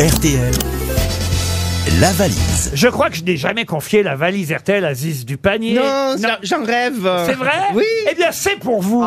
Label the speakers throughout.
Speaker 1: RTL, la valise.
Speaker 2: Je crois que je n'ai jamais confié la valise RTL à Ziz du panier.
Speaker 3: Non, ça- j'en rêve.
Speaker 2: C'est vrai
Speaker 3: Oui. Ah.
Speaker 2: Eh bien, c'est pour vous.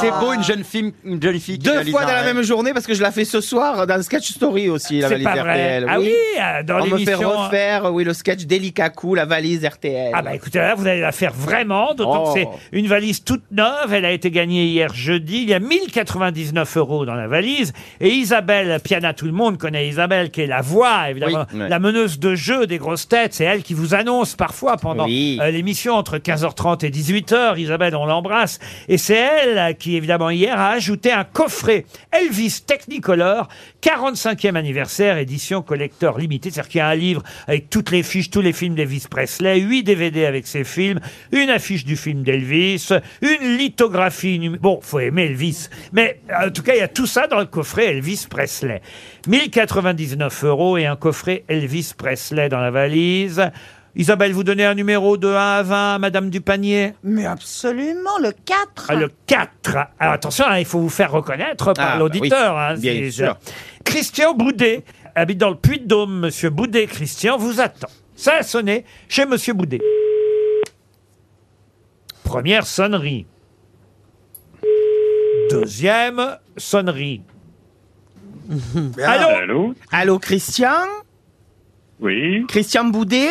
Speaker 4: C'est beau une jeune fille, une jolie fille. qui
Speaker 3: Deux
Speaker 4: réalise
Speaker 3: fois
Speaker 4: un
Speaker 3: dans la
Speaker 4: rêve.
Speaker 3: même journée parce que je la fais ce soir dans le sketch story aussi la
Speaker 2: C'est
Speaker 3: valise
Speaker 2: pas vrai.
Speaker 3: RTL.
Speaker 2: Ah oui, euh, dans
Speaker 3: On me fait
Speaker 2: l'émission.
Speaker 3: refaire oui le sketch délicat coup la valise RTL.
Speaker 2: Ah bah écoutez, là, vous allez la faire vraiment, d'autant
Speaker 3: Oh.
Speaker 2: que c'est une valise toute neuve. Elle a été gagnée hier jeudi. Il y a 1099 euros dans la valise. Et Isabelle Piana, tout le monde connaît Isabelle, qui est la voix, évidemment,
Speaker 3: Oui, ouais.
Speaker 2: la meneuse de jeu des grosses têtes. C'est elle qui vous annonce parfois pendant
Speaker 3: Oui.
Speaker 2: euh, l'émission entre 15h30 et 18h. Isabelle, on l'embrasse. Et c'est elle euh, qui, évidemment, hier a ajouté un coffret Elvis Technicolor, 45e anniversaire, édition collector limitée. C'est-à-dire qu'il y a un livre avec toutes les fiches, tous les films d'Elvis Presley, 8 DVD avec ses films, une affiche du film d'Elvis, une lithographie. num- Bon, faut aimer Elvis. Mais en tout cas, il y a tout ça dans le coffret Elvis Presley. 1099 euros et un coffret Elvis Presley dans la valise. Isabelle, vous donnez un numéro de 1 à 20 à Madame Dupanier
Speaker 5: Mais absolument, le 4.
Speaker 2: Ah, Le 4. Alors attention, hein, il faut vous faire reconnaître par
Speaker 3: Ah, bah
Speaker 2: l'auditeur.
Speaker 3: oui,
Speaker 2: hein,
Speaker 3: bien
Speaker 2: si-
Speaker 3: sûr.
Speaker 2: Christian Boudet habite dans le Puy-de-Dôme. Monsieur Boudet, Christian, vous attend. Ça a sonné chez Monsieur Boudet. Première sonnerie. Deuxième sonnerie. Allô
Speaker 6: Allô
Speaker 3: Allô Christian,
Speaker 6: Oui Hein?
Speaker 3: Christian Boudet.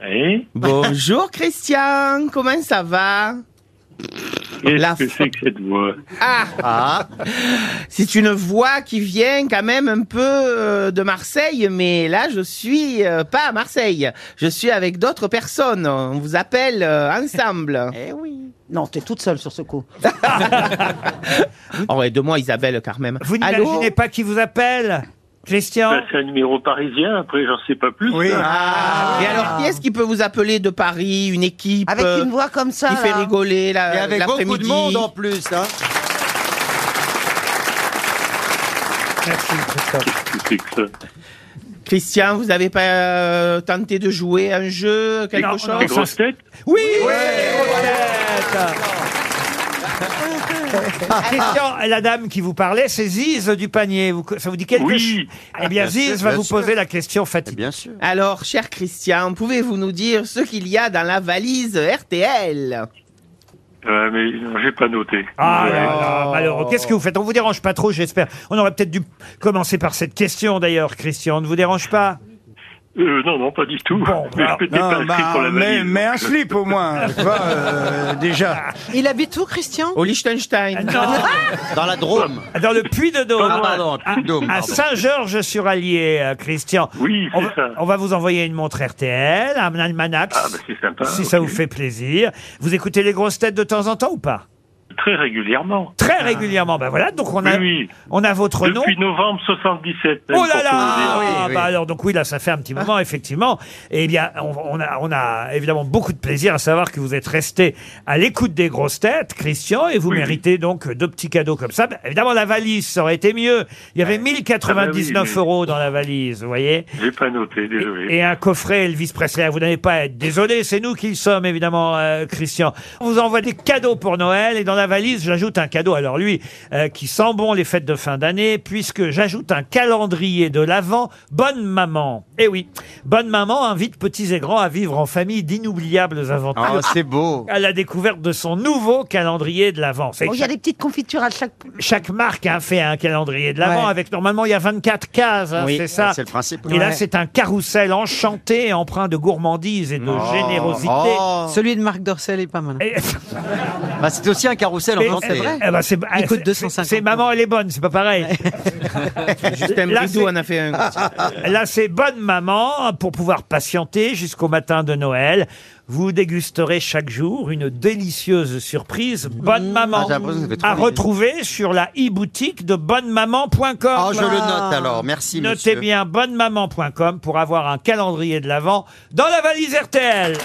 Speaker 6: Oui
Speaker 3: Bonjour Christian, comment ça va La
Speaker 6: Qu'est-ce que
Speaker 3: fa-
Speaker 6: c'est que cette voix
Speaker 3: Ah, c'est une voix qui vient quand même un peu euh, de Marseille, mais là je suis euh, pas à Marseille. Je suis avec d'autres personnes. On vous appelle euh, ensemble.
Speaker 2: Eh,
Speaker 5: Non, t'es toute seule sur ce coup.
Speaker 3: Oh, et de moi Isabelle quand même.
Speaker 2: Vous
Speaker 3: Allô
Speaker 2: n'imaginez pas qui vous appelle Christian
Speaker 6: Bah, C'est un numéro parisien, après j'en sais pas plus. hein. Oui.
Speaker 3: Ah, et alors qui est-ce qui peut vous appeler de Paris Une équipe
Speaker 5: Avec
Speaker 3: euh,
Speaker 5: une voix comme ça.
Speaker 3: qui fait
Speaker 5: là.
Speaker 3: rigoler
Speaker 4: Et
Speaker 3: la-
Speaker 4: avec beaucoup de
Speaker 3: l'après-midi
Speaker 4: monde en plus. Hein.
Speaker 2: Merci, Christophe.
Speaker 6: Qu'est-ce que c'est que ça
Speaker 3: Christian, vous avez pas euh, tenté de jouer à un jeu, quelque
Speaker 2: Non, non,
Speaker 3: chose
Speaker 6: Les grosses têtes
Speaker 2: Oui, Christian, la dame qui vous parlait, c'est Ziz du panier. Vous- ça vous dit quelque
Speaker 6: Oui.
Speaker 2: chose Eh bien,
Speaker 4: Bien sûr,
Speaker 2: Ziz va
Speaker 4: bien
Speaker 2: vous
Speaker 4: sûr.
Speaker 2: poser la question fatidique.
Speaker 4: Bien sûr.
Speaker 3: Alors, cher Christian, pouvez-vous nous dire ce qu'il y a dans la valise RTL
Speaker 6: Ah, Mais non, j'ai pas noté.
Speaker 2: Ah
Speaker 6: Désolé.
Speaker 2: là là, malheureux. Qu'est-ce que vous faites On vous dérange pas trop, j'espère. On aurait peut-être dû commencer par cette question d'ailleurs, Christian. On ne vous dérange pas
Speaker 6: Euh, non, non, pas du tout.
Speaker 2: Bon,
Speaker 6: mais
Speaker 2: bah,
Speaker 6: je m'étais pas inscrit pour la valise. euh,
Speaker 7: mais, mais un slip au moins, tu vois, euh, déjà.
Speaker 5: Il habite où, Christian
Speaker 3: Au
Speaker 4: Ah,
Speaker 3: Liechtenstein
Speaker 2: Non,
Speaker 4: Dans la Drôme.
Speaker 2: dans le puits de Dôme.
Speaker 4: Ah, pardon, Puy de Dôme,
Speaker 2: À, à
Speaker 4: pardon.
Speaker 2: Saint-Georges-sur-Allier, euh, Christian.
Speaker 6: Oui,
Speaker 2: On
Speaker 6: c'est
Speaker 2: va,
Speaker 6: ça.
Speaker 2: on va vous envoyer une montre RTL, un almanach,
Speaker 6: Ah, bah, c'est sympa.
Speaker 2: si ça
Speaker 6: ok.
Speaker 2: vous fait plaisir. Vous écoutez les grosses têtes de temps en temps ou pas
Speaker 6: Très régulièrement.
Speaker 2: Très régulièrement. Ben voilà, donc on a,
Speaker 6: Ah. Oui, oui.
Speaker 2: on a votre nom.
Speaker 6: Depuis novembre 77. même
Speaker 2: Oh là
Speaker 6: pour tout vous
Speaker 2: là
Speaker 6: dire.
Speaker 2: Ah,
Speaker 4: oui.
Speaker 2: bah alors donc oui là ça fait un petit moment effectivement. Eh bien on, on a on a évidemment beaucoup de plaisir à savoir que vous êtes resté à l'écoute des grosses têtes, Christian, et vous
Speaker 6: Oui.
Speaker 2: méritez donc deux petits cadeaux comme ça. Bah, évidemment la valise ça aurait été mieux. Il y avait 1099
Speaker 6: Ah bah oui, mais-
Speaker 2: euros dans la valise, vous voyez.
Speaker 6: J'ai pas noté, désolé.
Speaker 2: Et un coffret Elvis Presley. Vous n'allez pas à être désolé, c'est nous qui le sommes, évidemment, euh, Christian. On vous envoie des cadeaux pour Noël et dans la valise, j'ajoute un cadeau. Alors lui, euh, qui sent bon les fêtes de fin d'année, puisque j'ajoute un calendrier de l'Avent. Bonne maman. Eh oui, bonne maman invite petits et grands à vivre en famille d'inoubliables
Speaker 4: Oh,
Speaker 5: Ah,
Speaker 2: aventures.
Speaker 4: c'est beau.
Speaker 2: à la découverte de son nouveau calendrier de l'Avent. C'est
Speaker 5: Oh, Il y a des petites confitures à chaque.
Speaker 2: chaque marque a fait un calendrier de l'avant
Speaker 5: Ouais.
Speaker 2: avec normalement il y a 24 cases, hein,
Speaker 4: Oui,
Speaker 2: c'est ça.
Speaker 4: Ah, c'est le principe.
Speaker 2: Et là c'est un carrousel enchanté, empreint de gourmandise et de générosité.
Speaker 4: Oh.
Speaker 8: Celui de Marc Dorcel est pas mal.
Speaker 2: Et-
Speaker 4: Bah, c'est aussi un carrousel
Speaker 2: mais-
Speaker 4: en
Speaker 2: eh
Speaker 4: vrai.
Speaker 2: ben, c'est- ah,
Speaker 8: coûte
Speaker 2: c'est-
Speaker 8: 250.
Speaker 2: C'est maman, elle est bonne, c'est pas pareil.
Speaker 3: Justin
Speaker 2: Là,
Speaker 3: Bridou
Speaker 2: c'est-
Speaker 3: en a fait
Speaker 4: Ah.
Speaker 3: un.
Speaker 2: Là, c'est bonne maman pour pouvoir patienter jusqu'au matin de Noël. Vous dégusterez chaque jour une délicieuse
Speaker 8: Mmh.
Speaker 2: surprise. Bonne
Speaker 4: Ah,
Speaker 2: maman
Speaker 4: j'ai l'impression que ça fait trop
Speaker 2: à
Speaker 4: plaisir.
Speaker 2: retrouver sur la e-boutique de bonnemaman.com.
Speaker 4: Oh, je
Speaker 8: Ah.
Speaker 4: le note alors. Merci,
Speaker 2: Notez
Speaker 4: monsieur.
Speaker 2: bien bonnemaman.com pour avoir un calendrier de l'Avent dans la valise RTL.